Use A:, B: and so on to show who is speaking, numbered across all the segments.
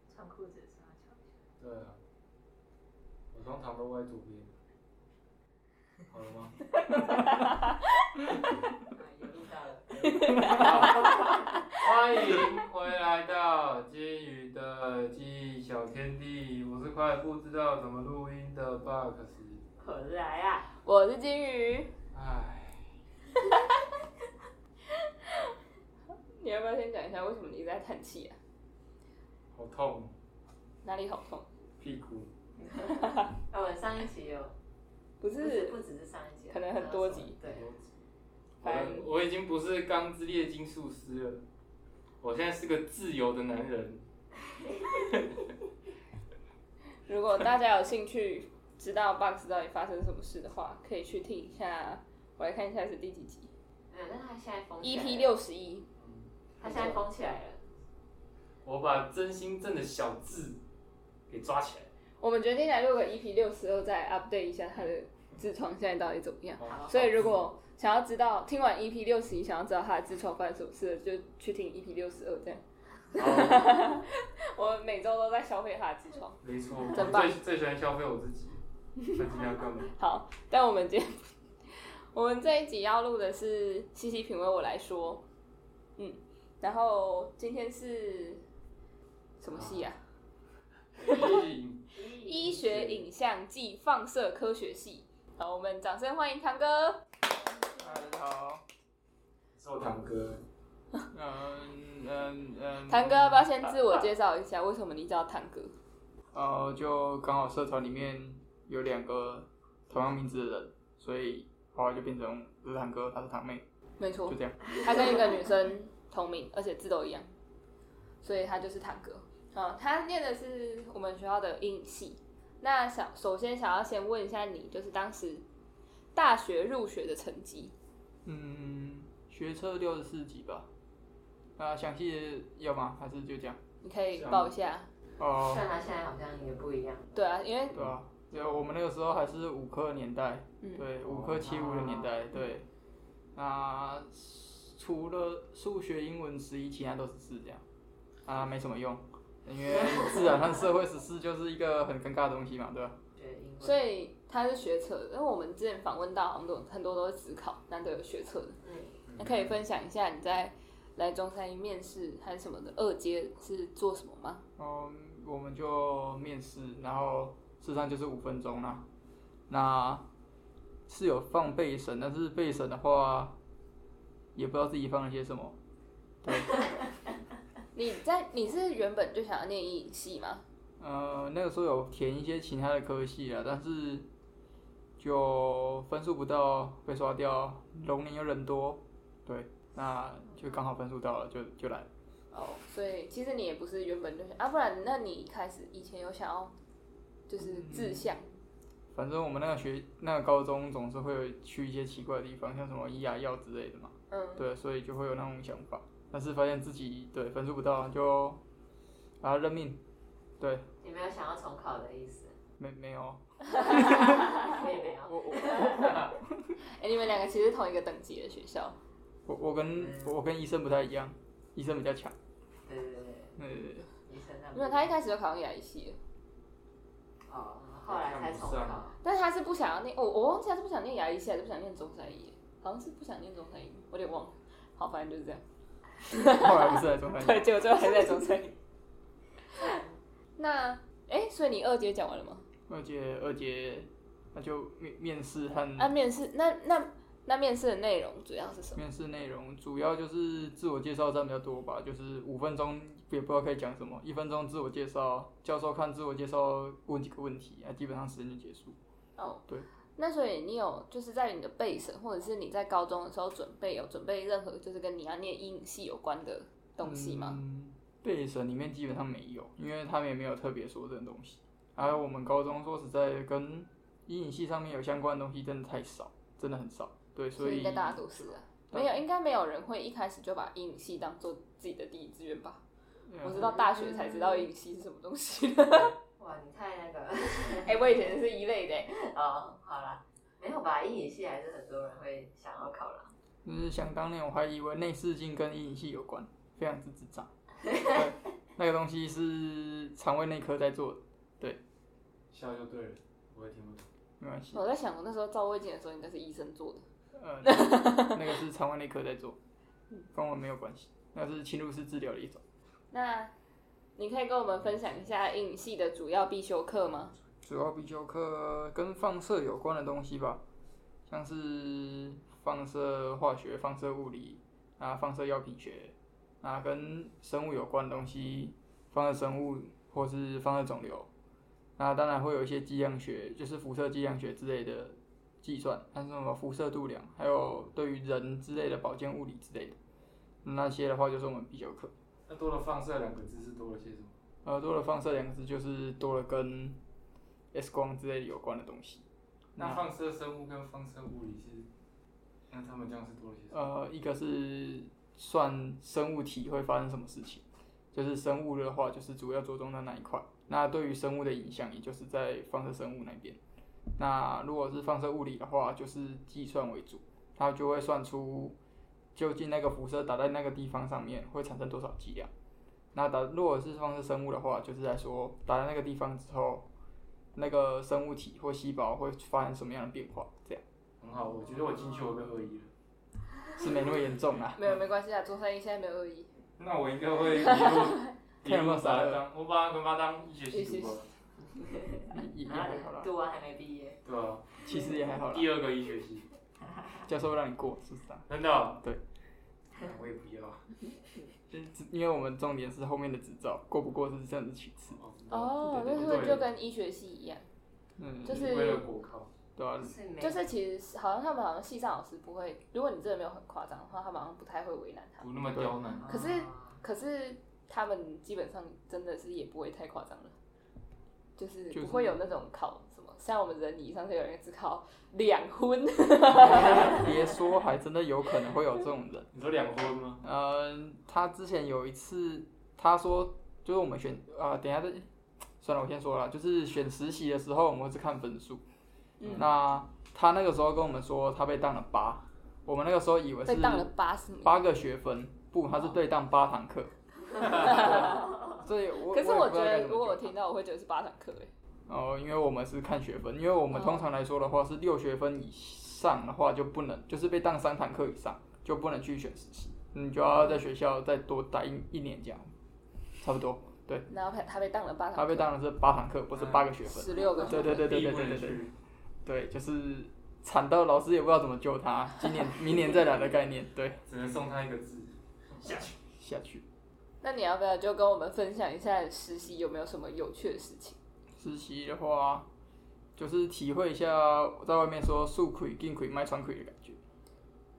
A: 或者是阿乔一
B: 对啊，我通常都歪左边，好了吗？
A: 下，哎
C: 有录到了，
B: 欢迎回来到金鱼的记忆小天地，我是快不知道怎么录音的 Box，
C: 可来啊！
D: 我是金鱼，
B: 唉，
D: 你要不要先讲一下为什么你一直在叹气啊？
B: 好痛，
D: 哪里好痛？
B: 屁股，
C: 哦，我们上一期有，不
D: 不
C: 是
D: 是
C: 不只是上一期，
D: 可能很多集
C: 对，
B: 我我已经不是钢之炼金术师了，我现在是个自由的男人。
D: 如果大家有兴趣知道 Box 到底发生什么事的话，可以去听一下。我来看一下是第几集
C: 没有，但是他现在封起来了
D: ，EP 六十一。
C: 他现在封起来了，
B: 我把真心正的小智给抓起来。
D: 我们决定来录个 EP 六十二，再 update 一下他的痔疮现在到底怎么样。
C: 好
D: 所以如果想要知道听完 EP 六十一，想要知道他的痔疮发生什么事了，就去听 EP 六十二这样。
B: 好
D: 我每周都在消费他的痔疮。
B: 没错，我
D: 真棒
B: 最最喜欢消费我自己。那今天要干嘛？
D: 好，但我们今天 我们这一集要录的是西西品味我来说，嗯，然后今天是什么系啊？医学影像暨放射科学系。好，我们掌声欢迎堂哥。
E: 大家好，
B: 是我堂哥，
E: 嗯嗯嗯，
D: 堂哥，要不要先自我介绍一下，为什么你叫堂哥？
E: 呃，就刚好社团里面有两个同样名字的人，所以后来就变成我是堂哥，他是堂妹，
D: 没错
E: 就，这样。
D: 他跟一个女生同名，而且字都一样，所以他就是堂哥。啊、他念的是我们学校的英语系。那想首先想要先问一下你，就是当时大学入学的成绩，
E: 嗯，学测六十四级吧。那详细的要吗？还是就这样？
D: 你可以报一下。
E: 哦、
C: 虽然他现在好像也不一样，
D: 对啊，因为
E: 对啊，就我们那个时候还是五科年代，
D: 嗯
E: 对，五科七五的年代，对。那除了数学、英文十一，其他都是四这样，啊，没什么用，因为自然和社会十四就是一个很尴尬的东西嘛，对吧？
C: 学英文，
D: 所以他是学测的，因为我们之前访问到很多很多都是职考，难得有学测的。
C: 嗯，
D: 那可以分享一下你在来中山一面试还是什么的二阶是做什么吗？
E: 嗯，我们就面试，然后事实上就是五分钟啦。那是有放备审，但是备审的话，也不知道自己放了些什么。
D: 你在你是原本就想要念影系吗？
E: 呃，那个时候有填一些其他的科系啊，但是就分数不到被刷掉，龙年又人多，对，那就刚好分数到了，就就来了。
D: 哦，所以其实你也不是原本就想啊，不然那你一开始以前有想要就是志向，
E: 反正我们那个学那个高中总是会有去一些奇怪的地方，像什么医啊药之类的嘛，
D: 嗯，
E: 对，所以就会有那种想法，但是发现自己对分数不到就啊认命，对，
C: 你没有想要重考的意思，
E: 没没有，
C: 你也没有，
E: 我我
D: 哎、你们两个其实是同一个等级的学校，
E: 我我跟我跟医生不太一样，医生比较强，
C: 对对对对，
E: 呃，
C: 医生那
D: 因为他一开始就考上牙医系了，
C: 哦，后来才重考，
D: 但是他是不想要念，哦我、我忘记他是不想念牙医系还是不想念中山医，好像是不想念中山医，我有点忘了，好，反正就是这样，
E: 后来不是来中山医
D: 对，结果最后还是在中山医。那哎、所以你二阶讲完了吗？
E: 二阶二阶，那就面面试和
D: 那、啊面试那那那面试的内容主要是什么？
E: 面试内容主要就是自我介绍占比较多吧，就是五分钟也不知道可以讲什么，一分钟自我介绍，教授看自我介绍问几个问题，啊，基本上时间就结束。
D: 哦，
E: 对。
D: 那所以你有就是在你的备审，或者是你在高中的时候准备有准备任何就是跟你要念英语系有关的东西吗？
E: 嗯，备审里面基本上没有，因为他们也没有特别说这种东西。还有我们高中说实在跟英语系上面有相关的东西真的太少，真的很少。对，所
D: 是
E: 以
D: 应该大家都是啊，没有，应该没有人会一开始就把英语系当做自己的第一志愿吧？
E: 嗯
D: 我是到大学才知道英语系是什么东西的。
C: 哇，你太那个。
D: 哎、我以前是一类的、
C: 哦，好啦，没有吧？英语系还是很多人会想要考啦。
E: 就是想当年我还以为内视镜跟阴影系有关，非常之智障。对那个东西是肠胃内科在做的，
B: 笑就对了，我也听不懂。
E: 没关系。
D: 我在想，我那时候照胃镜的时候应该是医生做的。
E: 呃，那个是肠胃内科在做，跟我没有关系，那是侵入式治疗的一种。
D: 那你可以跟我们分享一下影系的主要必修课吗？
E: 主要必修课跟放射有关的东西吧，像是放射化学、放射物理啊、放射药品学啊，跟生物有关的东西，放射生物或是放射肿瘤。那当然会有一些剂量学，就是辐射剂量学之类的计算，像是什么辐射度量，还有对于人之类的保健物理之类的，那些的话就是我们必修课。
B: 那多了放射两个字是多了些什么？
E: 呃，多了放射两个字，就是多了跟 X 光之类有关的东西。嗯
B: 那放射生物跟放射物理是，那他们这样是多了些什么？
E: 呃，一个是算生物体会发生什么事情，就是生物的话，就是主要着重在那一块。那对于生物的影响，也就是在放射生物那边。那如果是放射物理的话，就是计算为主，它就会算出究竟那个辐射打在那个地方上面会产生多少剂量。那打如果是放射生物的话，就是在说打在那个地方之后，那个生物体或细胞会发生什么样的变化，这样
B: 很好，我觉得我进去我被恶意
E: 哦
B: 了。
E: 是没那么严重啦。
D: 没有，没关系啊，做生意现在没有恶意。
B: 那我应该会 一路一
E: 看有没
B: 路
E: 有
B: 把
E: 傻
B: 它
E: 乐
B: 当，我把它把它当医学系读吧，
E: 也也
C: 然后
E: 还
C: 你
E: 好啦，
C: 读完还没毕业，
B: 对吧、
E: 其实也还好啦。
B: 第二个医学系，
E: 教授会让你过，是啊这
B: 真
E: 样。
B: 的哦、
E: 对
B: 哎，我也不要。
E: 因为我们重点是后面的执照，过不过是这样子其次。
B: 哦，
D: 哦，
E: 对
D: 就
E: 对
D: 是就跟医学系一样，
E: 嗯，
D: 就是
B: 为了国考，
E: 对啊
C: 就， 是没
D: 就是其实是好像他们好像系上老师不会，如果你真的没有很夸张的话，他们好像不太会为难他。
B: 不那么刁难。
D: 可是可是他们基本上真的是也不会太夸张了，就是
E: 就
D: 不
E: 是
D: 会有那种考什么，像我们人理上课有人只考两婚，
E: 别说，还真的有可能会有这种人。
B: 你说两婚吗？
E: 嗯，他之前有一次，他说就是我们选啊、等一下再算了，我先说了，就是选实习的时候，我们会是看分数。
D: 嗯
E: 那他那个时候跟我们说，他被当了八，我们那个时候以为
D: 被
E: 是
D: 当了八十年。
E: 八个学分，不，他是对当八 堂课。所以我，
D: 可是
E: 我
D: 我
E: 也
D: 觉
E: 不知道该
D: 得
E: 怎么
D: 如果我
E: 讲
D: 听到，我会觉得是八堂课欸诶。
E: 哦，因为我们是看学分，因为我们通常来说的话是六学分以上的话就不能，就是被当三堂课以上就不能去选实习，你就要在学校再多待一一年这样，差不多。对，
D: 然后他他被当了八堂课，嗯
E: 他被当的是八堂课，不是八个学分。
D: 十六个学
E: 对对对对对
B: 第一
E: 对
B: 不能
E: 对对，
B: 去，
E: 对就是惨到老师也不知道怎么救他，今年明年再来的概念，对，
B: 只能送他一个字，下去。
E: 下去。
D: 那你要不要就跟我们分享一下实习有没有什么有趣的事情？
E: 实习的话，就是体会一下在外面说树葵、进葵、卖穿葵的感觉。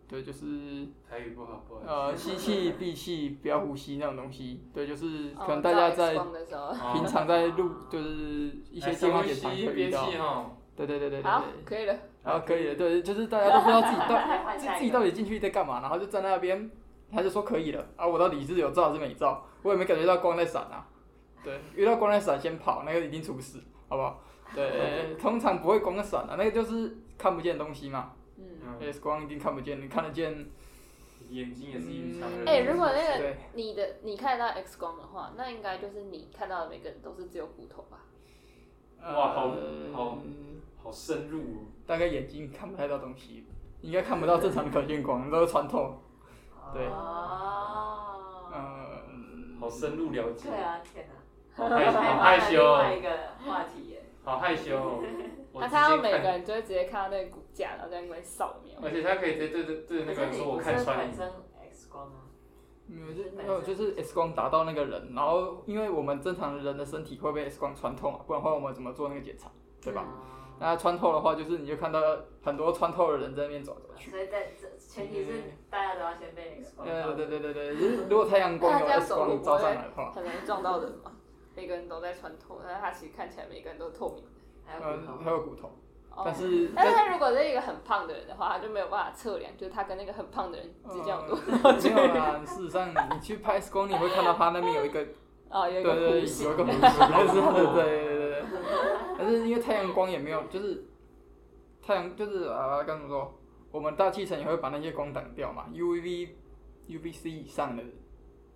E: 对，就是
B: 台语不好，不好意思。
E: 呃吸气、闭气、不要呼吸那种东西。对，就是可能
D: 哦
E: 大家
D: 照 X
E: 在
D: 光的时候，
B: 哦
E: 平常在路，就是一些地
B: 东
E: 方点
B: 西
E: 常会
B: 憋
E: 遇到。
B: 气哈，
E: 对对对对对
D: 好
E: 对，。
D: 可以了。
E: 然后可以了，对，就是大家都不知道自己
C: 换
E: 到
C: 换下一个
E: 自己到底进去在干嘛，然后就站在那边，他就说可以了啊，我到底是有照还是没照，我也没感觉到光在闪啊。对，遇到光在闪先跑，那个一定出事，好不好？对，通常不会光在闪啊，那个就是看不见的东西嘛
D: 嗯，
B: 嗯，
E: ，X 光一定看不见，你看得见，
B: 眼睛也是一常人。
D: 哎、如果那个
E: 对，
D: 你的你看得到 X 光的话，那应该就是你看到的每个人都是只有骨头吧？
B: 哇好
E: 呃
B: 好好深入哦。
E: 大概眼睛看不太到东西，应该看不到正常的可见光，都是穿透，对
C: 哦，
E: 呃，
B: 好深入了解
C: 对，啊，天哪，
B: 好害羞，好
C: 开
B: 害
C: 发了
B: 羞
C: 另外
B: 哦，
C: 一个话题耶，
B: 好害羞 哦。我
D: 他
B: 直
D: 看到
B: 接
D: 每个
B: 看，
D: 人就会直接看到那个骨架，然后在那边扫描。
B: 而且他可以直接对对对那个人说：“我看穿
C: 本
B: 你。
C: 身 X 光啊，
E: 没有，就没有，就是 X 光打到那个人，然后因为我们正常人的身体会被 X 光穿透嘛，不然的话我们怎么做那个检查，对
C: 嗯
E: 吧？那穿透的话，就是你就看到很多穿透的人在那边走来走去。
C: 所以在这前提是大家都要先被 X 光照
E: 呃，对对对对，就是如果太阳光有 X 光照上来的话，
D: 很容易撞到人嘛。每个人都在穿透，但是他其实看起来每个人都是透明的。
C: 还有骨
E: 呃，
C: 头
E: 还有骨头，
D: 哦
E: 但是
D: 但是他如果是一个很胖的人的话，他就没有办法测量，就是他跟那个很胖的人之间有多
E: 呃没有啦。事实上，你去拍 X 光，你会看到他那边有一个，
D: 啊、有
E: 对
D: 一个
E: 对，
D: 弧
E: 对
D: 形
E: 有一。个弧形，那是他的，对对对对。但是因为太阳光也没有，就是太阳就是啊，该怎么说？我们大气层也会把那些光挡掉嘛，UVB、UVC 以上的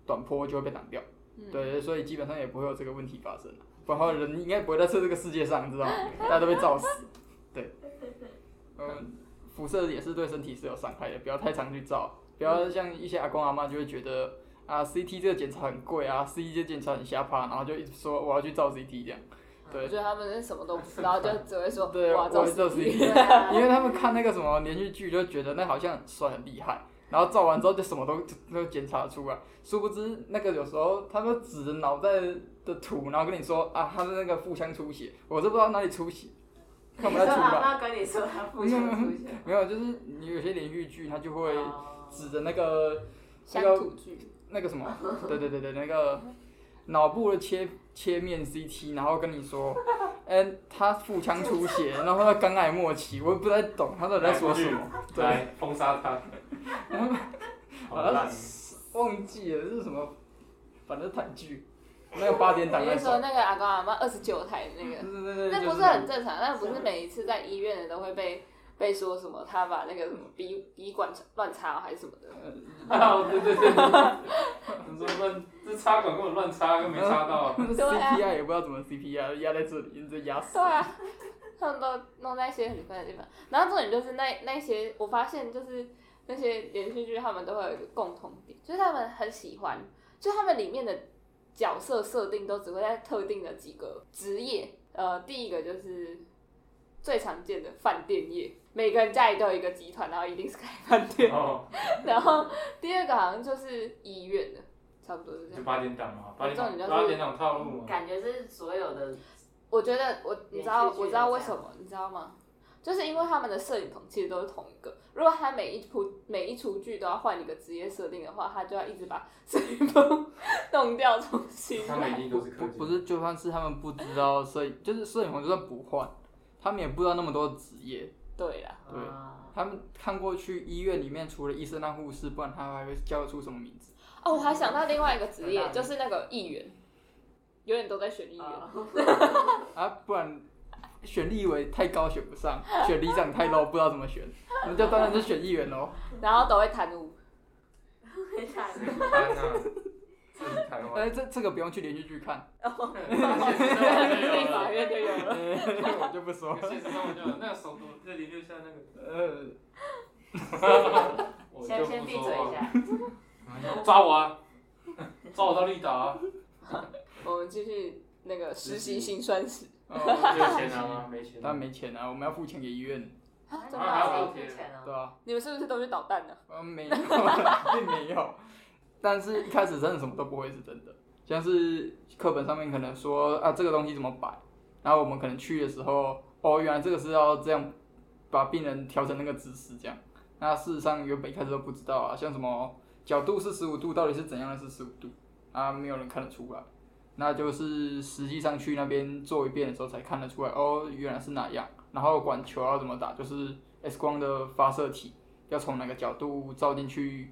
E: 短波就会被挡掉，
D: 嗯
E: 对，所以基本上也不会有这个问题发生，啊不然的话人应该不会在这这个世界上，你知道吗？大家都被造死。对，嗯，辐射也是对身体是有伤害的，不要太常去照，不要像一些阿公阿妈就会觉得啊 CT 这个检查很贵啊，CT 这个检查很瞎趴，然后就一直说我要去照 CT 这样。
D: 我
E: 对
D: 觉，得他们是什么都不知道，就只会说
E: 对
D: 哇，
E: 我会照
D: 死你
E: CT
C: 对啊
E: 因为他们看那个什么连续剧，就觉得那好像很帅很厉害，然后照完之后就什么都就都检查出来，殊不知那个有时候他们指着脑袋的图，然后跟你说啊，他的那个腹腔出血，我都不知道哪里出血，看不太出 来。
C: 妈跟你说他父亲出现，
E: 没有，就是你有些连续剧，他就会
C: 哦
E: 指着那个
D: 乡土剧，
E: 那个什么，对对对对，那个脑部的切切面 CT，然后跟你说，哎、他腹腔出血，然后他肝癌末期，我也不太懂他到底在说什么。对，
B: 来封杀 他。好烂
E: 啊，忘记了是什么，反正台剧，那个八点档
D: 你
E: 那
D: 是说
E: 种。
D: 那个阿公阿妈二十九台的那个
E: 对？对对，
D: 那
E: 就
D: 不是很正常，那不是每一次在医院的都会被被说什么他把那个什么鼻鼻管乱插还是什么的，
B: 啊对对对， 你说乱，这插管根本乱插，跟没插 到。
E: 那个
D: 对啊
E: CPR 也不知道怎么 CPR，压在这里，这压死
D: 对。啊，他们都弄在一些很怪的地方。然后重点就是那那些，我发现就是那些连续剧，他们都会有一个共同点，就是他们很喜欢，就他们里面的角色设定都只会在特定的几个职业。呃，第一个就是最常见的饭店业，每个人家里都有一个集团，然后一定是开饭店。
B: 哦，
D: 然后第二个好像就是医院的，差不多是这
B: 就
D: 样。
B: 八点档嘛，八点
D: 重
B: 档
D: 点就是
B: 八点档套路嘛。
C: 感觉是所有的
D: 我觉得我你知道
C: 连续剧
D: 我知道为什么你知道吗？就是因为他们的摄影棚其实都是同一个，如果他每一出每一出剧都要换一个职业设定的话，他就要一直把摄影棚弄掉重新
B: 他们
D: 来。
B: 一定
E: 不
B: 都是科技，
E: 不 是，就算是他们不知道摄影，就是摄影棚就算不换，他们也不知道那么多职业。
D: 对啦，
E: 对
C: 啊
E: 他们看过去医院里面，除了医生和护士，不然他还会叫得出什么名字？
D: 哦，我还想到另外一个职
B: 很
D: 业，
B: 大
D: 就是那个议员，永远都在选
C: 哦
D: 议员。
E: 啊，不然选立委太高选不上，选里长太 low 不知道怎么选， 那就当然是选议员喽。
D: 然后都会贪 污。
C: 很惨
B: 这是台湾啊，这是台湾
E: 哎，这这个不用去连续剧看，
D: 立法院就有了。
E: 我就不说了。
B: 现 实中我就有那个手肘这里就像那个，
E: 呃，
B: 我
C: 先
B: 就不
C: 先闭
B: 说
C: 嘴一
B: 话。
C: 下，
B: 抓我啊！抓我到绿 岛啊！
D: 我们继续那个实习辛酸史。
E: 哦
B: 有钱拿吗？没钱。
E: 当然没钱啊，我们要付钱给医院，
D: 啊
C: 怎
D: 怎
C: 么
D: 么
B: 啊
D: 办
B: 还
C: 还
B: 有
C: 付钱
E: 对
C: 哦？
E: 啊，
D: 你们是不是都去捣蛋呢、
E: 呃，没有， 并没有。但是一开始真的什么都不会是真的，像是课本上面可能说啊这个东西怎么摆，然后我们可能去的时候，哦原来这个是要这样把病人调成那个姿势这样。那事实上原本一开始都不知道啊，像什么角度是十五度，到底是怎样的是十五度啊，没有人看得出来。那就是实际上去那边做一遍的时候才看得出来，哦原来是哪样。然后管球要怎么打，就是 X 光的发射体。要从哪个角度照进去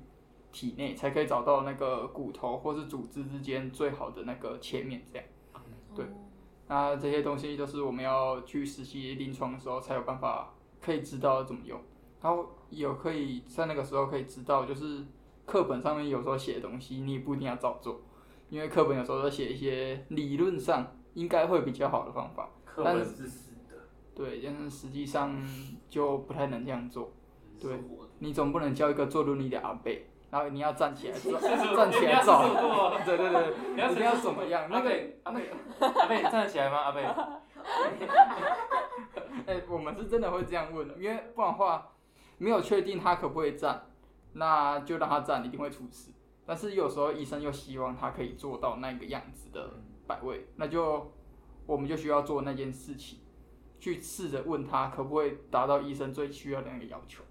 E: 体内，才可以找到那个骨头或是组织之间最好的那个切面。这样，对。那这些东西都是我们要去实习临床的时候才有办法可以知道怎么用。然后有可以在那个时候可以知道，就是课本上面有时候写的东西，你也不一定要照做，因为课本有时候都写一些理论上应该会比较好的方法。
B: 课本是死的，
E: 对，但是实际上就不太能这样做。对
B: 是活的。
E: 你总不能教一个坐轮椅的阿伯，然后你要站起来走， 站
B: 站
E: 起来走。
B: 过，
E: 对对对，
B: 啊你要
E: 一定要怎么样？那个，
B: 啊阿贝，阿贝站得起来吗？阿 贝，
E: 哎、我们是真的会这样问的，因为不然的话，没有确定他可不可以站，那就让他站，一定会出事。但是有时候医生又希望他可以做到那个样子的摆位，那就我们就需要做那件事情，去试着问他可不可以达到医生最需要的那个要求。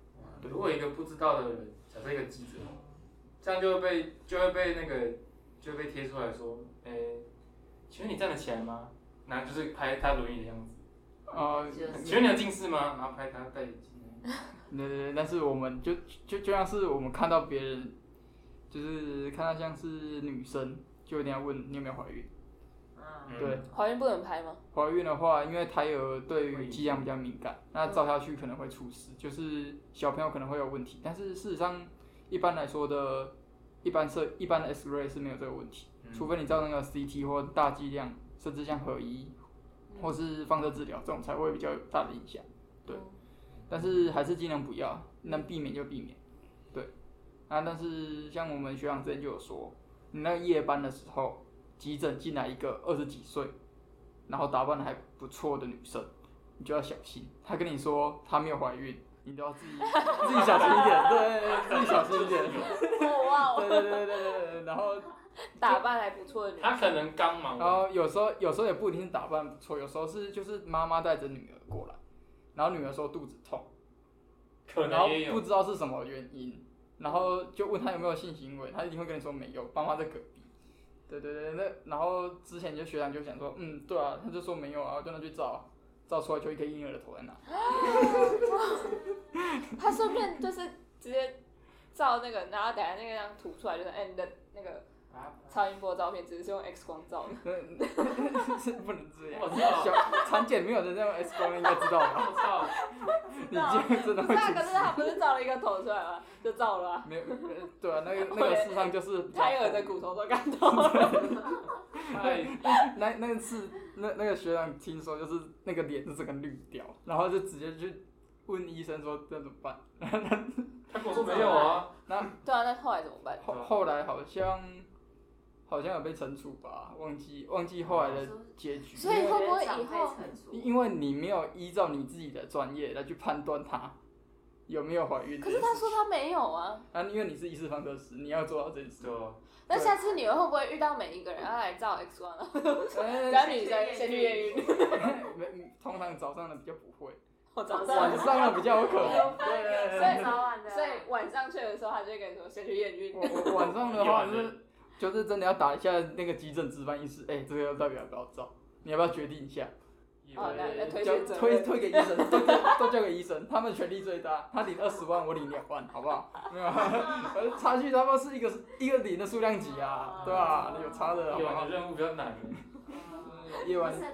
B: 如果一个不知道的人，假设一个记者，哦这样就会被就会被那个就会被贴出来说，诶、请问你站得起来吗？然后就是拍他轮椅的样子。
E: 呃，
D: 嗯
C: 就是
B: 请问你有近视吗？然后拍他戴啊眼镜。
E: 嗯对对对，但是我们就就就像是我们看到别人，就是看到像是女生，就一定要问你有没有怀孕。
C: 嗯，
B: 嗯
E: 对，
D: 怀孕不能拍吗？
E: 怀孕的话，因为胎儿对于剂量比较敏感，那照下去可能会出事，就是小朋友可能会有问题。但是事实上，一般来说的一般射一般的 X-ray 是没有这个问题，
B: 嗯
E: 除非你照那个 CT 或大剂量，甚至像合一
D: 嗯
E: 或是放射治疗这种才会比较有大的影响。
D: 哦
E: 对，但是还是尽量不要，能避免就避免。对，啊，但是像我们学长之前就有说，你那个夜班的时候，急诊进来一个二十几岁，然后打扮的还不错的女生，你就要小心。她跟你说她没有怀孕，你都要 自己自己小心一点，对，自己小心一点。
D: 哦哇哦，
E: 对对对对对对对，然后
D: 打扮还不错的女
B: 他可
D: 生，
B: 能刚忙
E: 然后有时候有时候也不一定是打扮不错，有时候是就是妈妈带着女儿过来，然后女儿说肚子痛，
B: 可
E: 然后
B: 能也
E: 不
B: 有，
E: 知道是什么原因，然后就问她有没有性行为，她一定会跟你说没有，爸妈在隔壁。对对对，那然后之前就学长就想说，嗯，对啊，他就说没有啊，我就那去 照，照出来就一个婴儿的头在 那。
D: 他说不定就是直接照那个，然后等下那个样吐出来，就是哎你的那个超音波照片，只是用 X 光照的。
E: 那不能这样
B: 我，知道，
E: 小产检没有人这样 X 光的应该知道吧？
B: 啊我操，
E: 你这样真的
D: 不
E: 会
D: 是啊，
E: 出
D: 可是
E: 事。
D: 他不是照了一个头出来吗？ 就照了、啊，
E: 没有，呃对啊，那个那个事实上就是 比较
D: 胎儿的骨头都看到了。
B: 太
E: 那那次那那个学长听说就是那个脸是整个绿掉，然后就直接去问医生说这怎么办？
B: 他跟我说没有啊，
D: 对啊，那后来怎么办？
E: 后后来好像好像有被惩处吧，忘记忘记后来的结局。
D: 所以
E: 因为
D: 会不会以后
C: 长辈成熟
E: 因为你没有依照你自己的专业来去判断她有没有怀孕这
D: 可
E: 件事
D: 是他
E: 情，
D: 说他没有啊。
E: 啊，因为你是医师方程式，你要做到这件事。
B: 对 啊，
D: 那下次你们会不会遇到每一个人要来照 X 光啊？ 只
E: 哎
D: 要女生先去验 孕，
E: 没嗯通常早上的比较不会，
D: 我早上。
E: 晚上的比较有可能。对
D: 所以
C: 早晚的，
D: 所以晚上去的时候，他就会跟你说先去验孕。
E: 我我晚上的话就是就是真的要打一下那个急诊值班医师，哎、这个到底要不要照？你要不要决定一下？
D: 哦，
B: 有
D: 来来推
E: 交
D: 荐责
E: 推
D: 任。
E: 推给医生，都交都交给医生，他们权力最大，他领二十万，我领两万，好不好？没有 啊，呃差距他妈是一个一个零的数量级啊，对吧、有差的，好不
B: 有
E: 好
B: 的？任务比较 难，
E: 夜晚
C: 不，是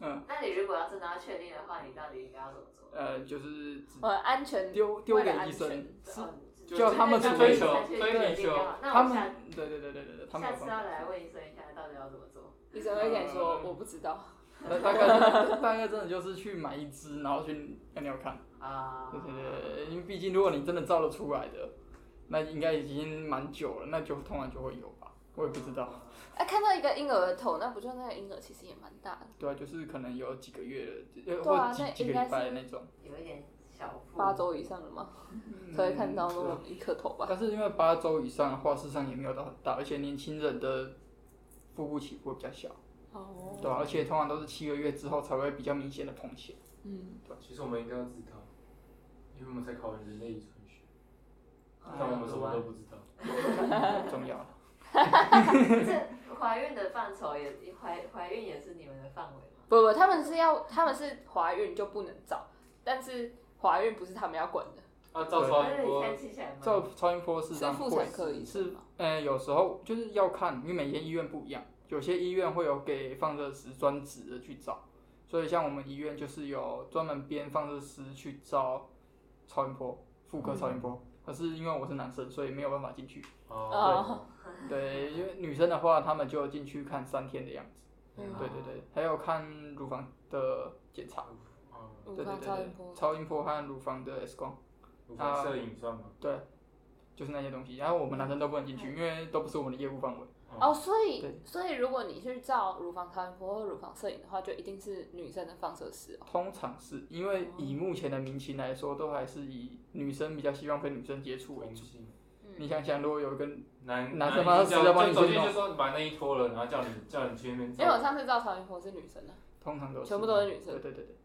E: 嗯，
C: 那你如果要真的要确定的话，你到底应该要怎么做？
E: 呃，就是只
D: 呃，安全
E: 丢丢
D: 为
E: 给
D: 了安
E: 医生
D: 全，
E: 是
C: 哦
B: 就
E: 叫他们
C: 就是
E: 处
C: 那你
E: 理
C: 才去
B: 推理
C: 决定
B: 球
C: 要那
E: 他
C: 我下
E: 们，对对对对对对，他们
C: 下
E: 有
C: 次
E: 办
C: 要
D: 啊
E: 法。
C: 来问医生一下，到底要怎么做？
D: 医生会跟你说
E: 嗯
D: 我不知道。
E: 大大概大概真的就是去买一支，然后去尿尿看。
C: 啊
E: 对对呃对，因为毕竟如果你真的照得出来的，那应该已经蛮久了，那就通常就会有吧。我也不知道，
D: 哎，看到一个婴儿的头，那不就那个婴儿其实也蛮大的，
E: 对啊，就是可能有几个月的，呃
D: 对啊
E: 或几
D: 那
E: 几
D: 应
E: 个
D: 该
E: 礼拜的
D: 是
E: 那种，
C: 有一点小腹
D: 八周以上了吗？
E: 嗯
D: 才会看到
E: 啊
D: 那种一颗头吧。
E: 但是因为八周以上的话，市场也没有到很大，而且年轻人的腹部起伏比较小，
D: 哦
E: 对啊，而且通常都是七个月之后才会比较明显的膨起来。
D: 嗯，
B: 其实我们应该要知道，因为我们在考完人类遗传学，
E: 啊
B: 但我
C: 嗯
B: 们什么都不知道。
E: 不重 要了。
C: 这怀孕的范畴也怀怀孕也是你们的范围吗？
D: 不不，他们是要，他们是怀孕就不能照，但是怀孕不是他们要管的，
B: 啊，照超音
C: 你
B: 波，
C: 看起来吗？
E: 照超音波是
D: 是
E: 让
D: 妇
E: 会
D: 产科医生
E: 是
D: 吗？
E: 呃，有时候就是要看，因为每间医院不一样，有些医院会有给放射师专职的去照，所以像我们医院就是有专门编放射师去照超音波、妇科超音波。可是因为我是男生，所以没有办法进去。
B: 哦，
E: 对，因为女生的话，她们就进去看三天的样子。
D: 嗯
E: 对对对，还有看乳房的检查。
B: 嗯，
D: 乳
E: 对对
D: 房
E: 对
D: 超
E: 对
D: 音波，
E: 超音波和乳房的 X 光，
B: 乳房摄影算吗？
E: 对，就是那些东西。然后我们男生都不能进
D: 嗯
E: 去，因为都不是我们的业务范围。
D: 哦，所
E: 对
D: 以所以如果你去照乳房超音波或乳房摄影的话，就一定是女生的放射师哦。
E: 通常是因为以目前的民情来说，都还是以女生比较希望跟女生接触为
B: 明
E: 主。
B: 星
E: 你
D: 嗯
E: 想想，如果有一个
B: 男
E: 男生
B: 吗？
E: 帮他撕掉帮
B: 就
E: 你
B: 走进
E: 弄
B: 去说你把内衣脱了，然后叫你叫你去那边
D: 因为我
B: 照。
D: 上次照超音波是女生的，
E: 通常都是
D: 全部都是女生
E: 对对对对，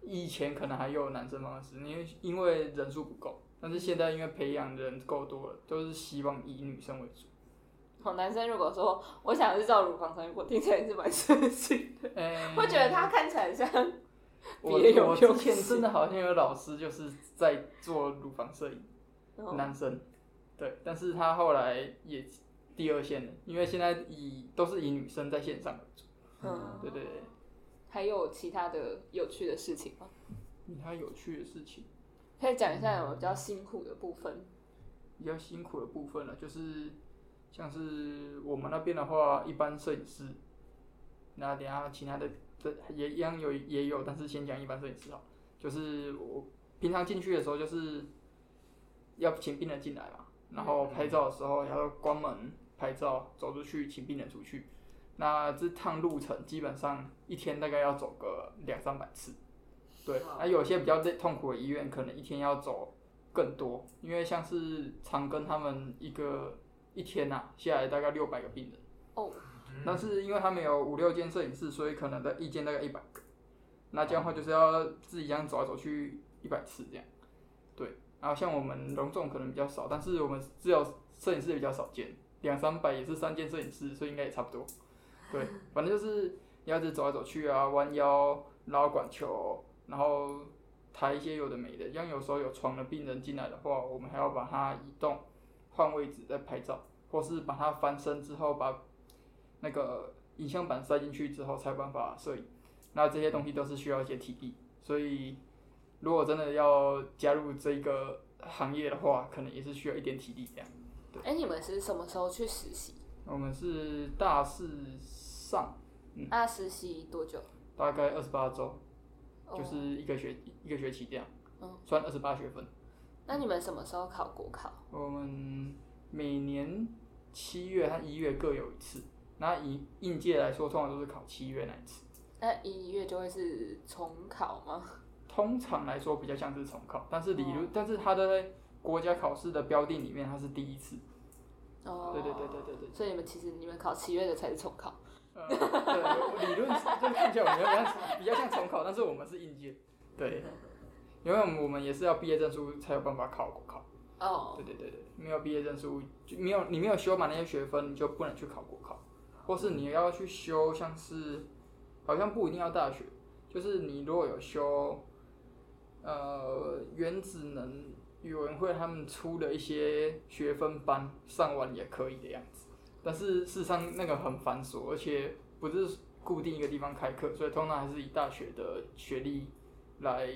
E: 以前可能还有男生方式，因为因为人数不够，但是现在因为培养人够多了，都是希望以女生为 主。
D: 哦，男生如果说我想是照乳房超音波，听起来是蛮生气，
E: 哎，
D: 会觉得他看起来像
E: 我
D: 别有
E: 我
D: 用
E: 之前
D: 心
E: 真的好像有老师就是在做乳房摄影，
D: 哦
E: 男生，对，但是他后来也第二线了，因为现在以都是以女生在线上为主。
D: 嗯，
E: 对对对。
D: 还有其他的有趣的事情吗？
E: 其他有趣的事情，
D: 可以讲一下有比较辛苦的部分。
E: 比较辛苦的部分了，就是像是我们那边的话，一般摄影师，那等一下其他的这也一样有也有，但是先讲一般摄影师好了，就是我平常进去的时候就是要请病人进来嘛，然后拍照的时候要关门拍照，走出去请病人出去。那这趟路程基本上一天大概要走个两三百次，对。
C: 哇
E: 那有些比较累痛苦的医院，可能一天要走更多，因为像是长庚他们一个一天呐、啊、下来大概六百个病人，
D: 哦，
E: 但是因为他们有五六间摄影室，所以可能的一间大概一百个。那这样的话就是要自己这样走来走去一百次这样，对。然后像我们隆重可能比较少，但是我们只有摄影师比较少见，两三百也是三间摄影师，所以应该也差不多。对，反正就是你要一直走来走去啊，弯腰捞管球，然后抬一些有的没的。像有时候有床的病人进来的话，我们还要把它移动，换位置再拍照，或是把它翻身之后，把那个影像板塞进去之后才有办法摄影。那这些东西都是需要一些体力，所以如果真的要加入这个行业的话，可能也是需要一点体力这样。
D: 哎，你们是什么时候去实习？
E: 我们是大四上，
D: 那啊实习多久？
E: 大概二十八周。
D: 哦
E: 就是一个学一个学期这样，
D: 嗯
E: 算二十八学分。
D: 那你们什么时候考国考？
E: 我们每年七月和一月各有一次，那以应届来说，通常都是考七月那一次。
D: 那一月就会是重考吗？
E: 通常来说比较像是重考，但是理论，
D: 哦
E: 但是它在国家考试的标定里面，它是第一次。
D: 哦，
E: 对对对对对对。
D: 所以你们其实你们考七月的才是重考。
E: 呃， 对，理论就看起来我们比较像比较像重考，但是我们是应届。对，因为我们我们也是要毕业证书才有办法考国考。
D: 哦
E: 对对对对，没有毕业证书，就没有你没有修满那些学分，你就不能去考国考，或是你要去修像是，好像不一定要大学，就是你如果有修，呃，原子能语文会他们出的一些学分班上完也可以的样子，但是事实上那个很繁琐，而且不是固定一个地方开课，所以通常还是以大学的学历来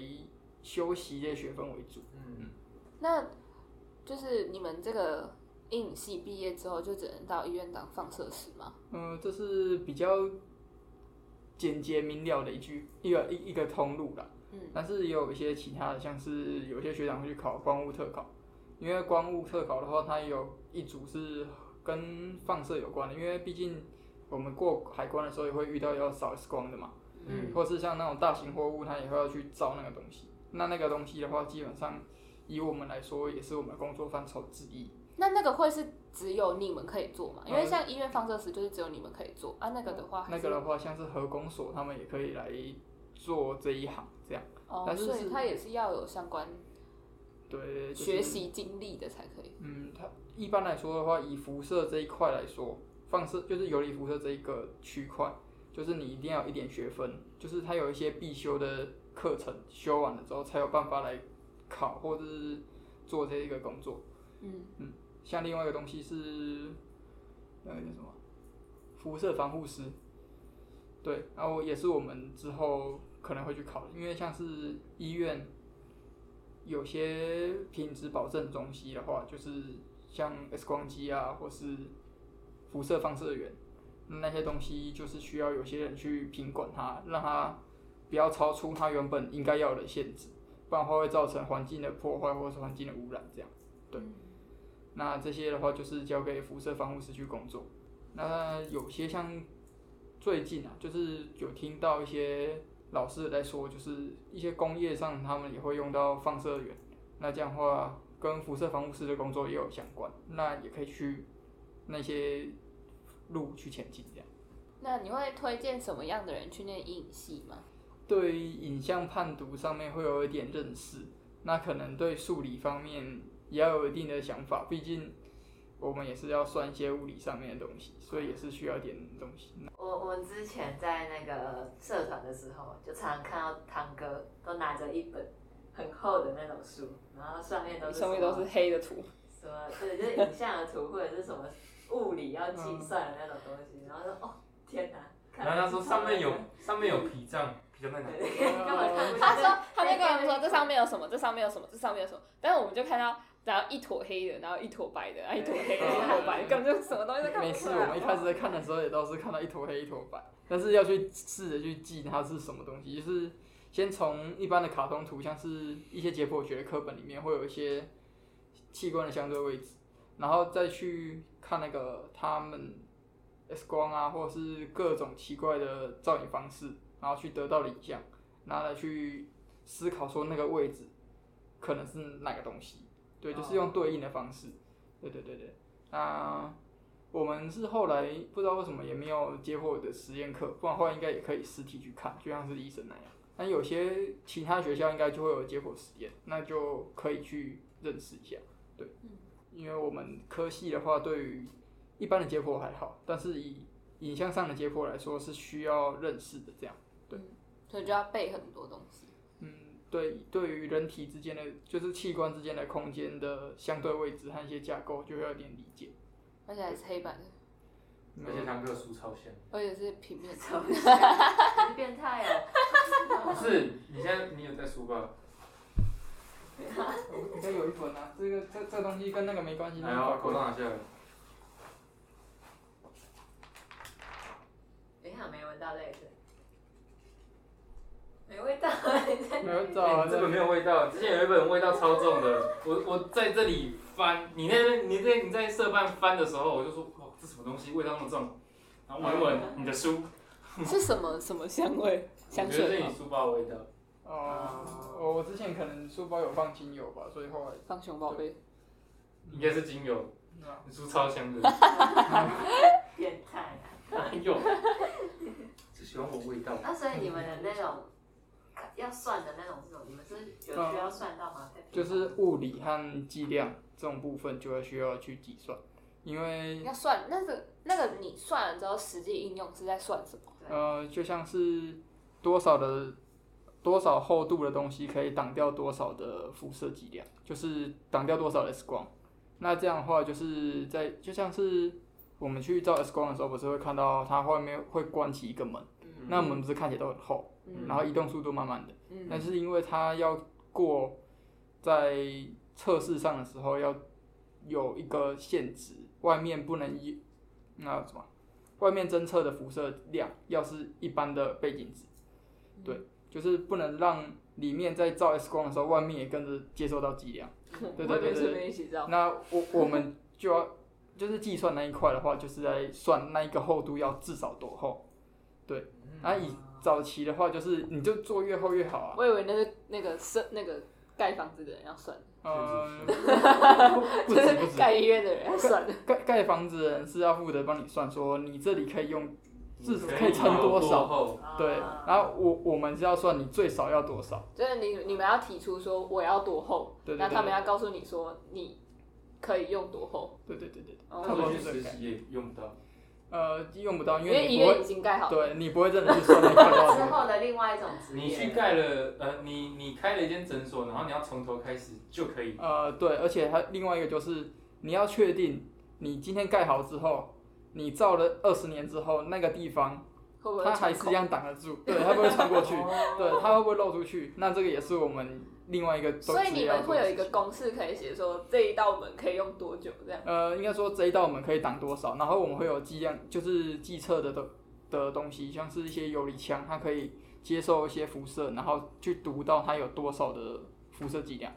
E: 修习这些学分为主。
B: 嗯，
D: 那就是你们这个英语系毕业之后就只能到医院当放射师吗？
E: 嗯，这是比较简洁明了的一句一个一一个通路啦。
D: 嗯，
E: 但是也有一些其他的，像是有些学长会去考光物特考，因为光物特考的话，它有一组是跟放射有关的，因为毕竟我们过海关的时候也会遇到要扫 X 光的嘛，
B: 嗯
E: 或是像那种大型货物，它也会要去照那个东西。那那个东西的话，基本上以我们来说，也是我们工作范畴之一。
D: 那那个会是只有你们可以做吗？因为
E: 嗯
D: 像医院放射师就是只有你们可以做啊，那个的话还
E: 那
D: 是
E: 个的话，像是核工所，他们也可以来做这一行，这样
D: 哦，
E: 但是
D: 所以
E: 是
D: 他也是要有相关
E: 对、就是
D: 学。习经历的才可以。
E: 嗯，它一般来说的话，以辐射这一块来说，放射就是游离辐射这一个区块，就是你一定要有一点学分，就是它有一些必修的课程，修完了之后才有办法来考或者是做这一个工作。
D: 嗯，
E: 像另外一个东西是那个叫什么辐射防护师，对，然后也是我们之后可能会去考的，因为像是医院有些品质保证东西的话，就是像 X 光机啊，或是辐射放射源那些东西，就是需要有些人去品管它，让它不要超出它原本应该要有的限制，不然的话会造成环境的破坏或是环境的污染这样。对，
D: 嗯
E: 那这些的话就是交给辐射防护师去工作。那有些像最近啊，就是有听到一些老师在说，就是一些工业上他们也会用到放射源，那这样的话跟辐射防护师的工作也有相关，那也可以去那些路去前进这样。
D: 那你会推荐什么样的人去念影系吗？
E: 对于影像判读上面会有一点认识，那可能对数理方面也要有一定的想法，毕竟我们也是要算一些物理上面的东西，所以也是需要一点东西。
C: 我我们之前在那个社团的时候，就常常看到堂哥都拿着一本很厚的那种书，然后上面都是
D: 上面都是黑的 图，
C: 什么，对，就是影像的图或者是什么物理要计
D: 嗯
C: 算的那种东西，然后说哦天哪，看
B: 然后他说上面有上面有脾脏，脾脏在哪？
C: 对 根本看不出
D: 哦他
C: 来
D: 说他就跟我们说这上面有什么，这上面有什么，这上面有什么，但是我们就看到然后一坨黑的，然后一坨白的，然后啊一坨黑的，一坨白的，根本就什么东西都看
E: 每
D: 不出
E: 次
D: 来。
E: 我们一开始在看的时候，也都是看到一坨黑一坨白，但是要去试着去记它是什么东西，就是先从一般的卡通图，像是一些解剖学课本里面会有一些器官的相对位置，然后再去看那个他们 X 光啊，或者是各种奇怪的造影方式，然后去得到理想，然后来去思考说那个位置可能是哪个东西，对，就是用对应的方式，对对对对，那。我们是后来不知道为什么也没有接获的实验课，不然的话应该也可以实体去看，就像是医生那样。但有些其他学校应该就会有解剖实验，那就可以去认识一下。对，因为我们科系的话，对于一般的解剖还好，但是以影像上的解剖来说是需要认识的。这样，
D: 所以就要背很多东西。
E: 嗯，对，对于人体之间的就是器官之间的空间的相对位置和一些架构，就会有点理解。
D: 而且还是黑板的，
E: 嗯
B: 而且堂哥的书超香。
D: 而且是平面
C: 超级像变态 哦。
B: 不是，你现在你有在书吧？
E: 我应该有一本啊，这个这这东西跟那个没关系。
B: 来哦，口罩拿下来。
C: 等一下哎没闻到类似，没味道， 你在
E: 没有找
B: 哎
E: 啊，
B: 你这本没有味道，之前有一本味道超重的，我我在这里翻，你那边你在你在社办翻的时候，我就说哇，这什么东西味道那么重，然后闻一闻
E: 嗯
B: 你的书，
D: 是什么什么香味？
B: 我
D: 香
B: 觉得
D: 水
B: 是
D: 吗
B: 你？书包的味道。
E: 哦，我我之前可能书包有放精油吧，所以后来
D: 放熊宝贝，
B: 应该是精油，
E: 那
B: 你书超香 的。
C: 变态啊！
B: 哪有？ 只喜欢我味道。
C: 那所以你们的那种要算的那种是什么？你们是有需要算到吗？
E: 就是物理和剂量这种部分就会需要去计算，因为
D: 要算那个那个你算了之后，实际应用是在算什么？
E: 呃，就像是多少的多少厚度的东西可以挡掉多少的辐射剂量，就是挡掉多少的 X 光。那这样的话，就是在就像是我们去照 X 光的时候，不是会看到它后面会关起一个门，那门不是看起来都很厚，
B: 嗯
E: 然后移动速度慢慢的，
D: 嗯
E: 但是因为它要过在测试上的时候要有一个限值，外面不能一那什么，外面侦测的辐射量要是一般的背景值，对，就是不能让里面在照 X 光的时候，外面也跟着接受到剂量。 对对对
D: 外面
E: 对
D: 顺便一起照。
E: 那我我们就要就是计算那一块的话，就是在算那一个厚度要至少多厚。对，
B: 嗯
E: 那、以早期的话，就是你就做越厚越好啊。
D: 我以为那是那个是那个盖房子的人要算，
B: 嗯，
E: 嗯，
D: 就
E: 不止不
D: 是
E: 止，
D: 盖医院的人要算的。
E: 盖盖房子的人是要负责帮你算，说你这里可以用，至少可以撑
B: 有
E: 多少
B: 厚？
E: 对，
C: 啊
E: 然后我我们是要算你最少要多少，
D: 就是你你们要提出说我要多厚，
E: 对对
D: 那他们
E: 对
D: 要告诉你说你可以用多厚，
E: 对对对对，
D: 哦
E: 差
B: 那
E: 不多
B: 我去
E: 是这
B: 实
E: 个概念。
B: 习也用不到。
E: 呃，用不到，因
D: 因为
E: 为
D: 医
E: 你不
D: 院已
E: 会，
D: 经盖好了。
E: 对你不会真的去算那一块多少
C: 之
E: 多
C: 后的另外一种职业，
B: 你
E: 啊
B: 去盖了，呃，你你开了一间诊所，然后你要从头开始就可以。
E: 呃，对，而且还另外一个就是，你要确定你今天盖好之后，你造了二十年之后，那个地方
D: 会不会
E: 它还
D: 穿
E: 是
D: 孔
E: 一样挡得住，对，它不会穿 过去，
B: 哦
E: 对，它会不会漏出去？那这个也是我们另外一个都
D: 所以
E: 直接
D: 你
E: 要
D: 们
E: 做
D: 会
E: 的
D: 有
E: 事
D: 一个
E: 情
D: 公式可以写说这一道门可以用多久这样。
E: 呃，应该说这一道我们可以挡多少，然后我们会有剂量，就是计测的的的东西，像是一些游离枪，它可以接受一些辐射，然后去读到它有多少的辐射剂量，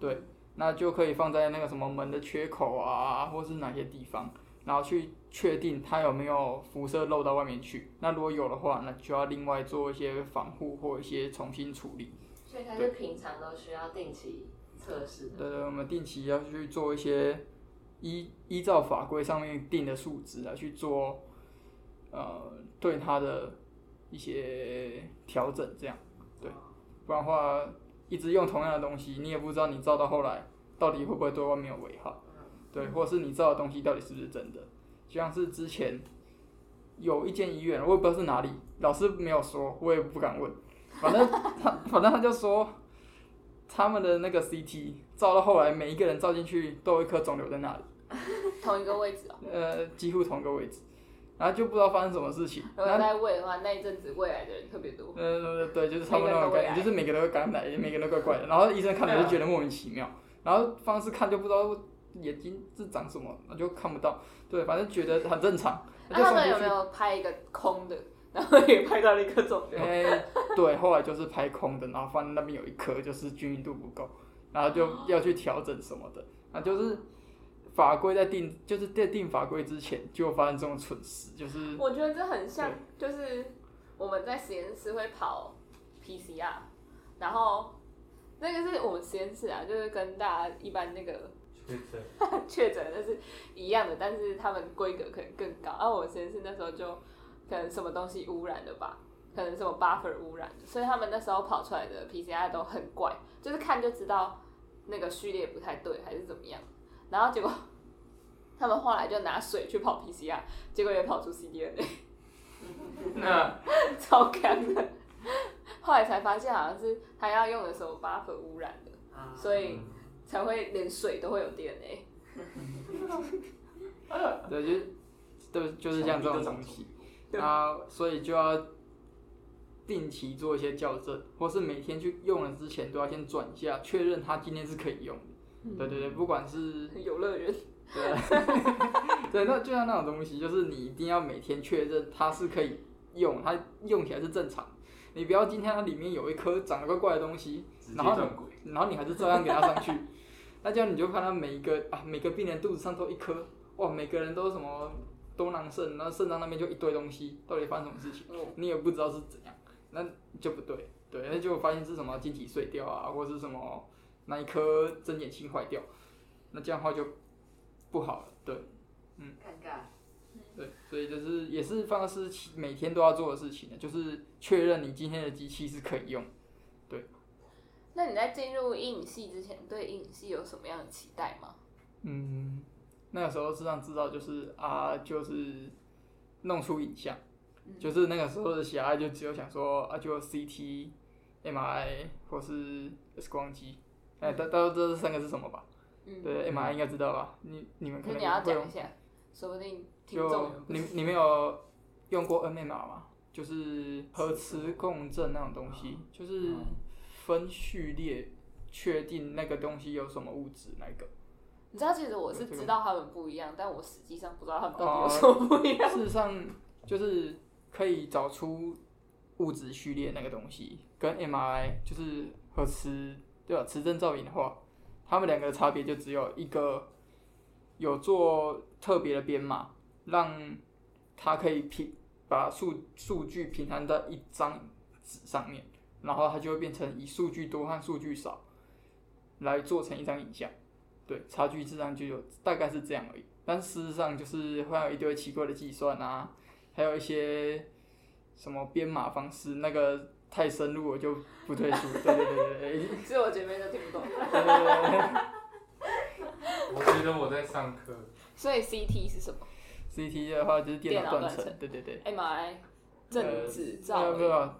E: 对，那就可以放在那个什么门的缺口啊，或是哪些地方，然后去确定它有没有辐射漏到外面去。那如果有的话，那就要另外做一些防护或一些重新处理。
C: 所以它是平常都需要定期测试的。
E: 对对，我们定期要去做一些依依照法规上面定的数值来去做，呃，对它的一些调整，这样对，不然的话一直用同样的东西，你也不知道你造到后来到底会不会对外面有危害，对，或者是你造的东西到底是不是真的，就像是之前有一间医院，我也不知道是哪里，老师没有说，我也不敢问，反正他反正他就说。他们的那个 CT 照到后来，每一个人照进去都有一颗肿瘤在那里，
D: 同一个位置哦。
E: 呃，几乎同一个位置，然后就不知道发生什么事情。
D: 如果
E: 那
D: 在胃的话，那一阵子胃癌的人特别多。
E: 呃，对，就是差不多那种
D: 每个人
E: 感
D: 都
E: 觉，
D: 会嗯
E: 就是每个都会感染，每个人都怪怪的。然后医生看了就觉得莫名其妙，然后方式看就不知道眼睛是长什么，那就看不到。对，反正觉得很正常。
D: 那、
E: 就
D: 他
E: 送
D: 们
E: 出
D: 有
E: 去
D: 没有拍一个空的，然后也拍到了一颗肿瘤？
E: 哎、对，后来就是拍空的，然后发现那边有一颗就是均匀度不够，然后就要去调整什么的，啊，就是法规在定，就是在定法规之前就发生这种蠢事，就是
D: 我觉得这很像，就是我们在实验室会跑 PCR，然后那个是我们实验室啊，就是跟大家一般那个
B: 确诊，
D: 确诊的是一样的，但是他们规格可能更高。啊而、我们实验室那时候就可能什么东西污染的吧，可能什么 buffer 污染的，所以他们那时候跑出来的 PCR 都很怪，就是看就知道那个序列不太对还是怎么样。然后结果 他们后来就拿水去跑 PCR，结果也跑出 cDNA。
B: 那
D: 超干的。后来才发现好像是他要用的时候 buffer 污染的，
C: 啊
D: 所以才会连水都会有 DNA。
E: 对，就是对，就是像这种东西
D: 对
E: 啊，所以就要定期做一些校正，或是每天去用了之前都要先转一下，确认它今天是可以用的。对对对，不管是
D: 游乐园
E: 对啊，对，那就像那种东西，就是你一定要每天确认它是可以用，它用起来是正常。你不要今天它里面有一颗长得怪怪的东西，
B: 直接
E: 然后
B: 断轨，
E: 你然后你还是照样给它上去，那这样你就看到每一个啊，每个病人肚子上都一颗，哇，每个人都什么多囊肾，然后肾脏那边就一堆东西，到底发生什么事情，你也不知道是怎样，那就不对，对，那就发现是什么晶体碎掉啊，或是什么那一颗针眼睛坏掉，那这样的话就不好了，对。
C: 尴尬，
E: 对，所以就是也是方式每天都要做的事情就是确认你今天的机器是可以用。
D: 那你在进入影系之前，对影系有什么样的期待吗？
E: 嗯，那个时候智障制造就是啊，就是弄出影像，
D: 嗯
E: 就是那个时候的狭隘就只有想说啊，就 CT、MRI 或是 X 光机，哎、大大家都知道这三个是什么吧？
D: 嗯，
E: 对，MRI 应该知道吧？你你们可
D: 那
E: 能
D: 你要
E: 会用
D: 讲一下，说不定听众
E: 就
D: 有
E: 你你们有用过 NMR 吗？就是核磁共振那种东西，就是分序列确定那个东西有什么物质那个。
D: 你知道，其实我是
E: 这个
D: 知道他们不一样，但我实际上不知道他们到底有
E: 哦
D: 什么不一样。
E: 事实上，就是可以找出物质序列那个东西，跟 MRI 就是和磁对吧？磁振造影的话，它们两个的差别就只有一个有做特别的编码，让它可以平把数数据平摊在一张纸上面，然后它就会变成以数据多和数据少来做成一张影像。对，差距智障就有大概是这样而已。但事实上就是会有一堆奇怪的计算啊，还有一些什么编码方式，那个太深入我就不退出。对对对对对对
D: 其实我姐妹都听不懂，
E: 对对对。
B: 我觉得我在上课，
D: 所以 CT 是什么
E: CT 的话就是电脑
D: 电
E: 断
D: 脑
E: 层
D: 断，
E: 对对对。
D: ？MRI 正子
E: 没
D: 造
E: 有没
D: 影，
E: 有，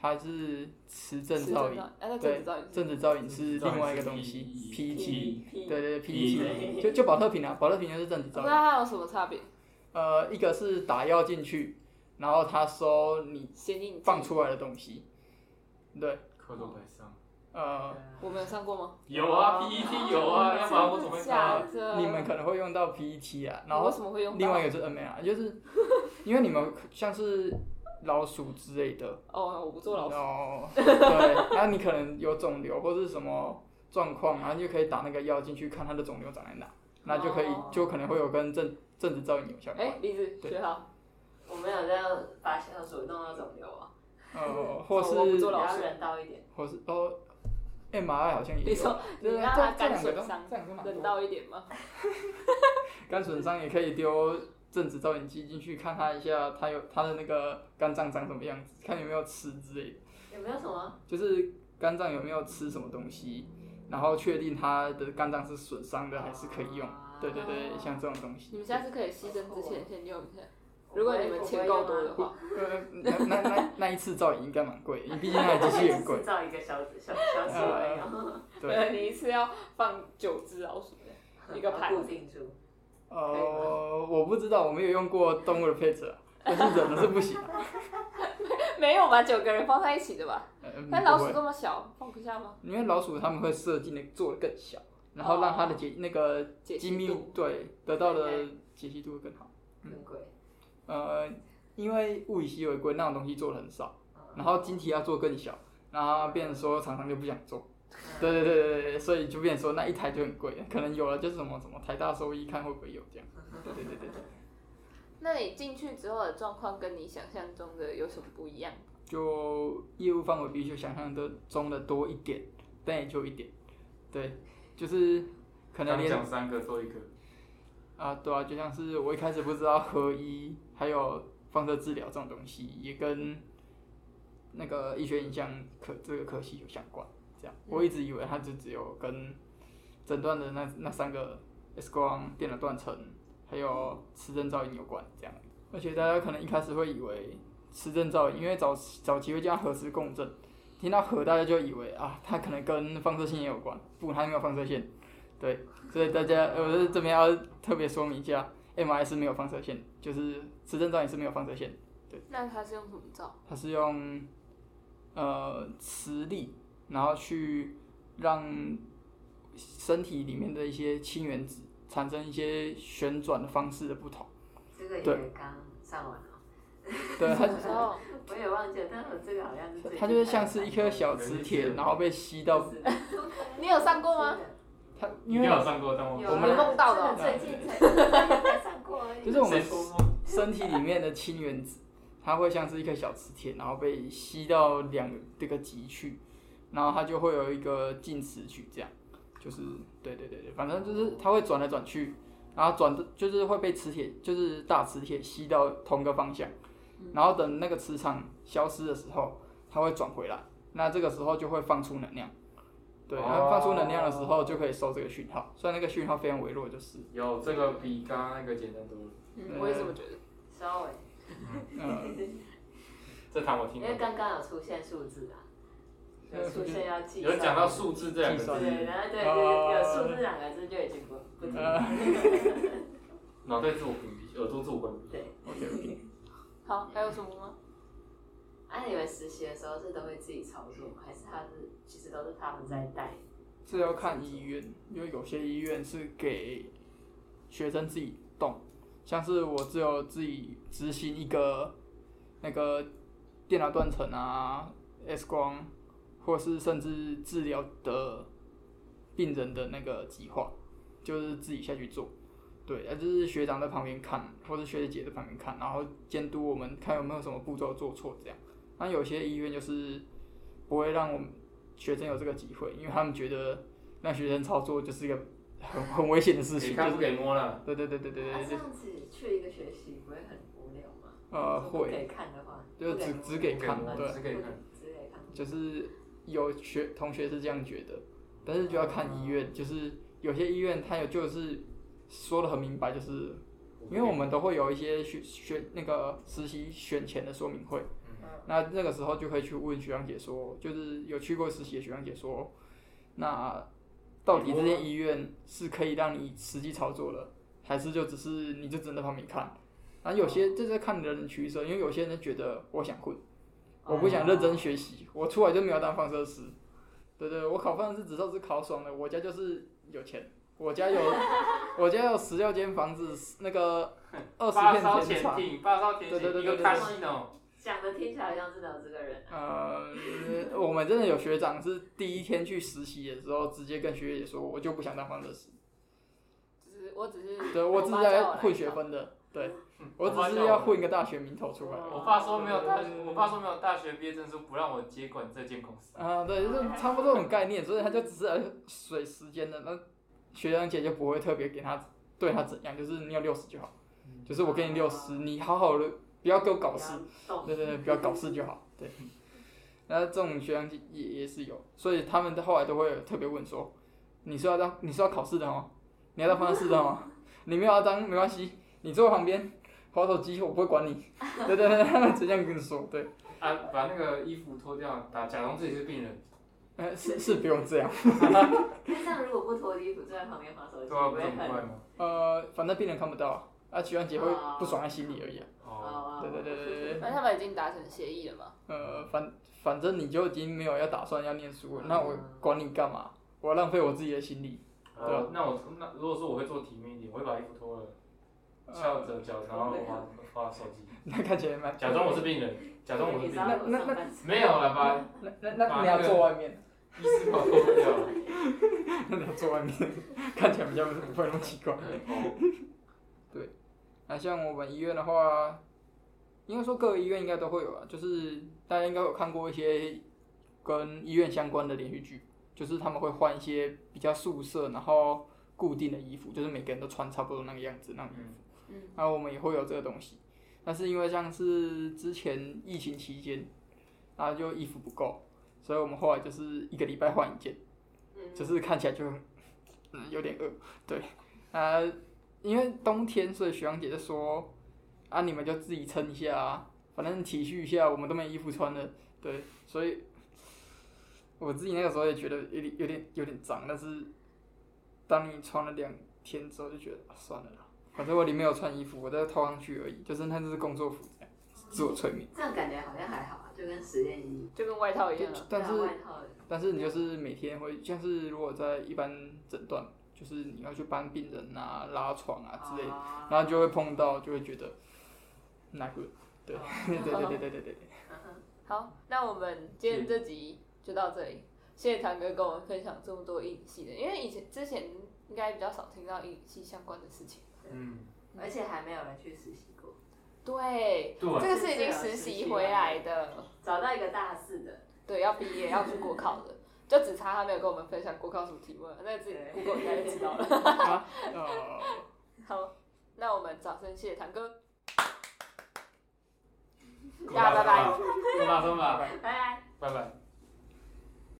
E: 它是磁振
D: 磁
E: 造
D: 影
E: 影，，
D: 哎，那正
E: 对
D: 子造影，是
E: 正子造影是 E 另外一个东西，PET，对对对，PET，就就 E 保特瓶啊，保特瓶就是正子
D: 我不
E: 造
D: 知
E: 影。
D: 道它有什么差别。
E: 呃，一个是打药进去，然后它收你
D: 先进
E: 放，出来的东西，对，
B: 课都没上。
E: 呃，
D: 我没有上过吗？
B: 有啊，PET 有啊，要不然我怎么会
D: 假
B: 打？
D: 的？
E: 你们可能会用到 PET 啊，然
D: 呃我为
E: 后
D: 什么会用到？
E: 另外一个是 MR，就是因为你们像是老鼠之类的，
D: 哦，我不做老师，
E: 哦，对，然后你可能有肿瘤或是什么状况，然后你就可以打那个药进去看它的肿瘤长在哪，那就可以、
D: 哦
E: 就可能会有跟正正直造影有相关。
D: 哎，李子
E: 对
D: 学好，
C: 我没有在把小鼠弄到肿瘤啊，
E: 呃，或
D: 我不
E: 是
D: 做
C: 比
D: 老
C: 较
D: 师
C: 人道一点。
E: 或是哦，MRI 好像也有。
D: 你说
E: 对
D: 你
E: 对
D: 让
E: 这
D: 它
E: 这
D: 干
E: 两个
D: 损
E: 都
D: 伤
E: 这两个蛮
D: 人
E: 多。
D: 道一点吗？
E: 肝损伤也可以丢正直造影机进去看它一下，它有它的那个肝脏长什么样子，看有没有吃之类的，
C: 有没有什么？
E: 就是肝脏有没有吃什么东西，然后确定它的肝脏是损伤的还是可以
D: 啊
E: 用。对对对，像这种东西。
D: 你们下次可以牺牲之前先用一下，如果你们钱够多的话。
E: 呃，那那那那一次造影应该蛮贵，因为毕竟那台机器 很贵
C: 制。造一个小小小鼠而已啊，
E: 对，
D: 你一次要放九只老鼠 一个盘
C: 固定住。
E: 呃，我不知道，我没有用过动物的配置啊，但是人的是不行 啊。
D: 没有吧？九个人放在一起的吧？
E: 嗯
D: 但老
E: 不
D: 鼠
E: 会
D: 这么小，放不下吗？
E: 因为老鼠他们会设计的做的更小，然后让它的解那个
D: 解析
E: 精密
D: 度
E: 对得到的
C: 对
E: 解析度会更好。
C: 很贵。
E: 呃，因为物以稀为贵，那种东西做的很少，
C: 嗯
E: 然后晶体要做更小，然后变成说厂商就不想做。
D: 嗯
E: 对对对对对，所以就变成说那一台就很贵，可能有了就是什么什么台大收益看会不会有这样。
D: 嗯
E: 对对对对，
D: 那你进去之后的状况跟你想象中的有什么不一样？
E: 就业务范围比就想象的中的多一点，但也就一点。对，就是可能
B: 刚
E: 连
B: 讲三个做一个，
E: 啊，对啊，就像是我一开始不知道合一还有放射治疗这种东西，也跟那个医学影像科这个科系有相关。这样，我一直以为它就只有跟诊断的那那三个 X 光、电脑断层还有磁振造影有关这样。而且大家可能一开始会以为磁振造影，因为早早期会叫它核磁共振，听到核大家就以为啊，它可能跟放射线也有关，不，它没有放射线。对，所以大家，呃我在这边要特别说明一下，MRI 是没有放射线，就是磁振造影是没有放射线，
D: 那它是用什么照？
E: 它是用呃磁力，然后去让身体里面的一些氢原子产生一些旋转的方式的不同。
C: 这个也
E: 对
C: 刚上完了，
E: 对，它
D: 什 么时候？
C: 我也忘记了，但我这个好像是最近
E: 它就是像是一颗小磁铁，然后被吸到
C: 是的
D: 你有上过吗？
E: 它，
B: 你应
E: 因
B: 该
E: 为
B: 有上过，但我
C: 有
E: 我
C: 啊
E: 们
D: 梦到的哦
C: 真最近才才上过而已。
E: 就是我
B: 谁
E: 们
B: 说吗？
E: 身体里面的氢原子，它会像是一颗小磁铁，然后被吸到两个这个极去，然后它就会有一个近磁矩，这样，就是对对对对，反正就是它会转来转去，然后转的就是会被磁铁，就是大磁铁吸到同个方向，然后等那个磁场消失的时候，它会转回来，那这个时候就会放出能量。对，然后放出能量的时候就可以收这个讯号，虽然那个讯号非常微弱，就是，
B: 有这个比刚刚那个简单多了，
D: 嗯，我也这么觉得。
C: 稍微，
E: 呃，
B: 这堂我听
C: 因
B: 不
C: 为
B: 懂。
C: 刚刚有出现数字啊，有出现要记。
B: 有人讲到数字这两个
E: 计
C: 对，
B: 字，
C: 然后对
E: 啊
C: 有有数字两个字就已经不不听了。
B: 脑袋自我屏蔽，耳朵自我关闭。
C: 对，
D: 好，还有什么吗？
C: 啊，你们实习的时候是都会自己操作吗？还是他是其实都是他们在带？
E: 这要看医院，因为有些医院是给学生自己动，像是我只有自己执行一个那个电脑断层啊、X 光，或是甚至治疗的病人的那个计划，就是自己下去做。对，啊，就是学长在旁边看，或者学姐在旁边看，然后监督我们看有没有什么步骤做错这样。那有些医院就是不会让我们学生有这个机会，因为他们觉得让学生操作就是一个很很危险的事
B: 你
E: 情，就
B: 看
E: 是
B: 不给摸了，
E: 对对对对对
C: 啊
E: 对，
C: 这
E: 对
C: 样子去一个学期不会很无聊吗？
E: 呃，
C: 如果不
E: 会，
C: 给看的话，
E: 就
C: 不
E: 只
C: 摸
E: 只给看
B: 不给，摸
E: 对，
B: 只给看，
C: 只给看。
E: 就是有学同学是这样觉得，但是就要看医院，就是有些医院他有就是说的很明白，就是因为我们都会有一些选选那个实习选前的说明会，那那个时候就可以去问学长姐说，就是有去过实习的学长姐说，那到底这间医院是可以让你实际操作的，还是就只是你就只能在旁边看？那有些这是看你的人取舍，因为有些人觉得我想混，我不想认真
C: 哦
E: 学习，我出来就没有当放射师。对对，我考放射师执照是考爽的，我家就是有钱，我家 有我家有十六间房子，那 个二十
B: 八
E: 片
B: 烧
E: 田
B: 潜
E: 场。
B: 艇，八烧潜
E: 对
B: 艇，
E: 对对
B: 一个
E: 对对
B: 卡西诺，
C: 讲的听起来好像真的有这个人啊。
E: 呃，我们真的有学长是第一天去实习的时候，直接跟学姐说，我就不想当放射师，
D: 只是我只是
E: 对我只是在混学
D: 分。
E: 分的，对
B: 嗯
E: 我只是要。混个大学名头出来。
B: 我爸说没有大，我爸说没有大学毕业证书不让我接管这间公司。
E: 啊，对，就是差不多这种概念，所以他就只是来水时间的，那学长姐就不会特别给他对他怎样，就是你有六十就好，就是我给你六十，你好好的不要给我搞事，
C: 动。
E: 对对对，啊不要 搞事就好。 对，那这种学长姐也也是有，所以他们后来都会特别问说，你是要当你是要考试的吗？你要当方式的 吗？你没有要当没关系，你坐旁边划手机，我不会管你。对对对，他们直接这样跟你说，对，
B: 啊，把那个衣服脱掉，打假装自己是病人，
E: 呃，是是不用这样，
C: 因为这样如果不脱衣服坐在旁边划手机，
B: 对啊，
C: 不
B: 不是
C: 会哦
B: 很
C: 很
B: 怪吗？
E: 呃，反正病人看不到啊，啊，学长姐会不爽在心里而已啊。
B: 哦，
C: 哦
E: 对对对对对，
D: 那他们已经达成协议了吗？
E: 呃，反反正你就已经没有要打算要念书了，那我管你干嘛？我要浪费我自己的心力。对啊
B: 好，那我那如果说我会做体面一点，我会把衣服脱了，翘着脚，然后滑滑手机，
E: 呃 那看起来蛮
B: 假装我是病人，假装我是病
E: 那
B: 人，
E: 那
B: 没有了吧？
E: 那那那你要坐外面，
B: 医师把我脱掉了。
E: 那你要坐外面， 看起来比较不会那么奇怪。
B: 哦，
E: 那像我们医院的话，应该说各个医院应该都会有啊，就是大家应该有看过一些跟医院相关的连续剧，就是他们会换一些比较宿舍，然后固定的衣服，就是每个人都穿差不多那个样子那种衣
B: 嗯
E: 服。
D: 嗯，
E: 然后我们也会有这个东西，但是因为像是之前疫情期间，然后就衣服不够，所以我们后来就是一个礼拜换一件。
C: 嗯
E: 就是看起来就 嗯有点饿，对，啊，因为冬天，所以学长姐就说啊，你们就自己撑一下啊，反正体恤一下，我们都没衣服穿了，对，所以我自己那个时候也觉得有点有点有点脏，但是当你穿了两天之后，就觉得、啊算了啦，反正我里面有穿衣服，我再套上去而已，就是那就是工作服这样，自我催眠。
C: 这样感觉好像还好啊，就跟实验衣，
D: 就跟外套一样啊。
E: 但是
C: 外套
E: 但是你就是每天会，像是如果在一般诊断，就是你要去搬病人啊、拉床啊之类的，
C: 的
E: 然后就会碰到，就会觉得哪个？对
C: 哦
E: 对对对对对对，
D: 好，那我们今天这集就到这里。谢谢堂哥跟我们分享这么多影戏的，因为以前之前应该比较少听到影戏相关的事情。
B: 嗯，
C: 而且还没有人去实习过，
D: 对，
B: 对，啊
D: 这个是已经实习回来的，
C: 找到一个大四的，
D: 对，要毕业要去国考的，就只差他没有跟我们分享国考什么题目了，那自己
C: 对
D: Google 应该就知道 了。
E: 啊呃，
D: 好，那我们掌声谢谢堂哥，
B: 鼓
D: 大家拜拜。
B: 鼓掌声吧，
C: 拜拜。
B: 拜拜。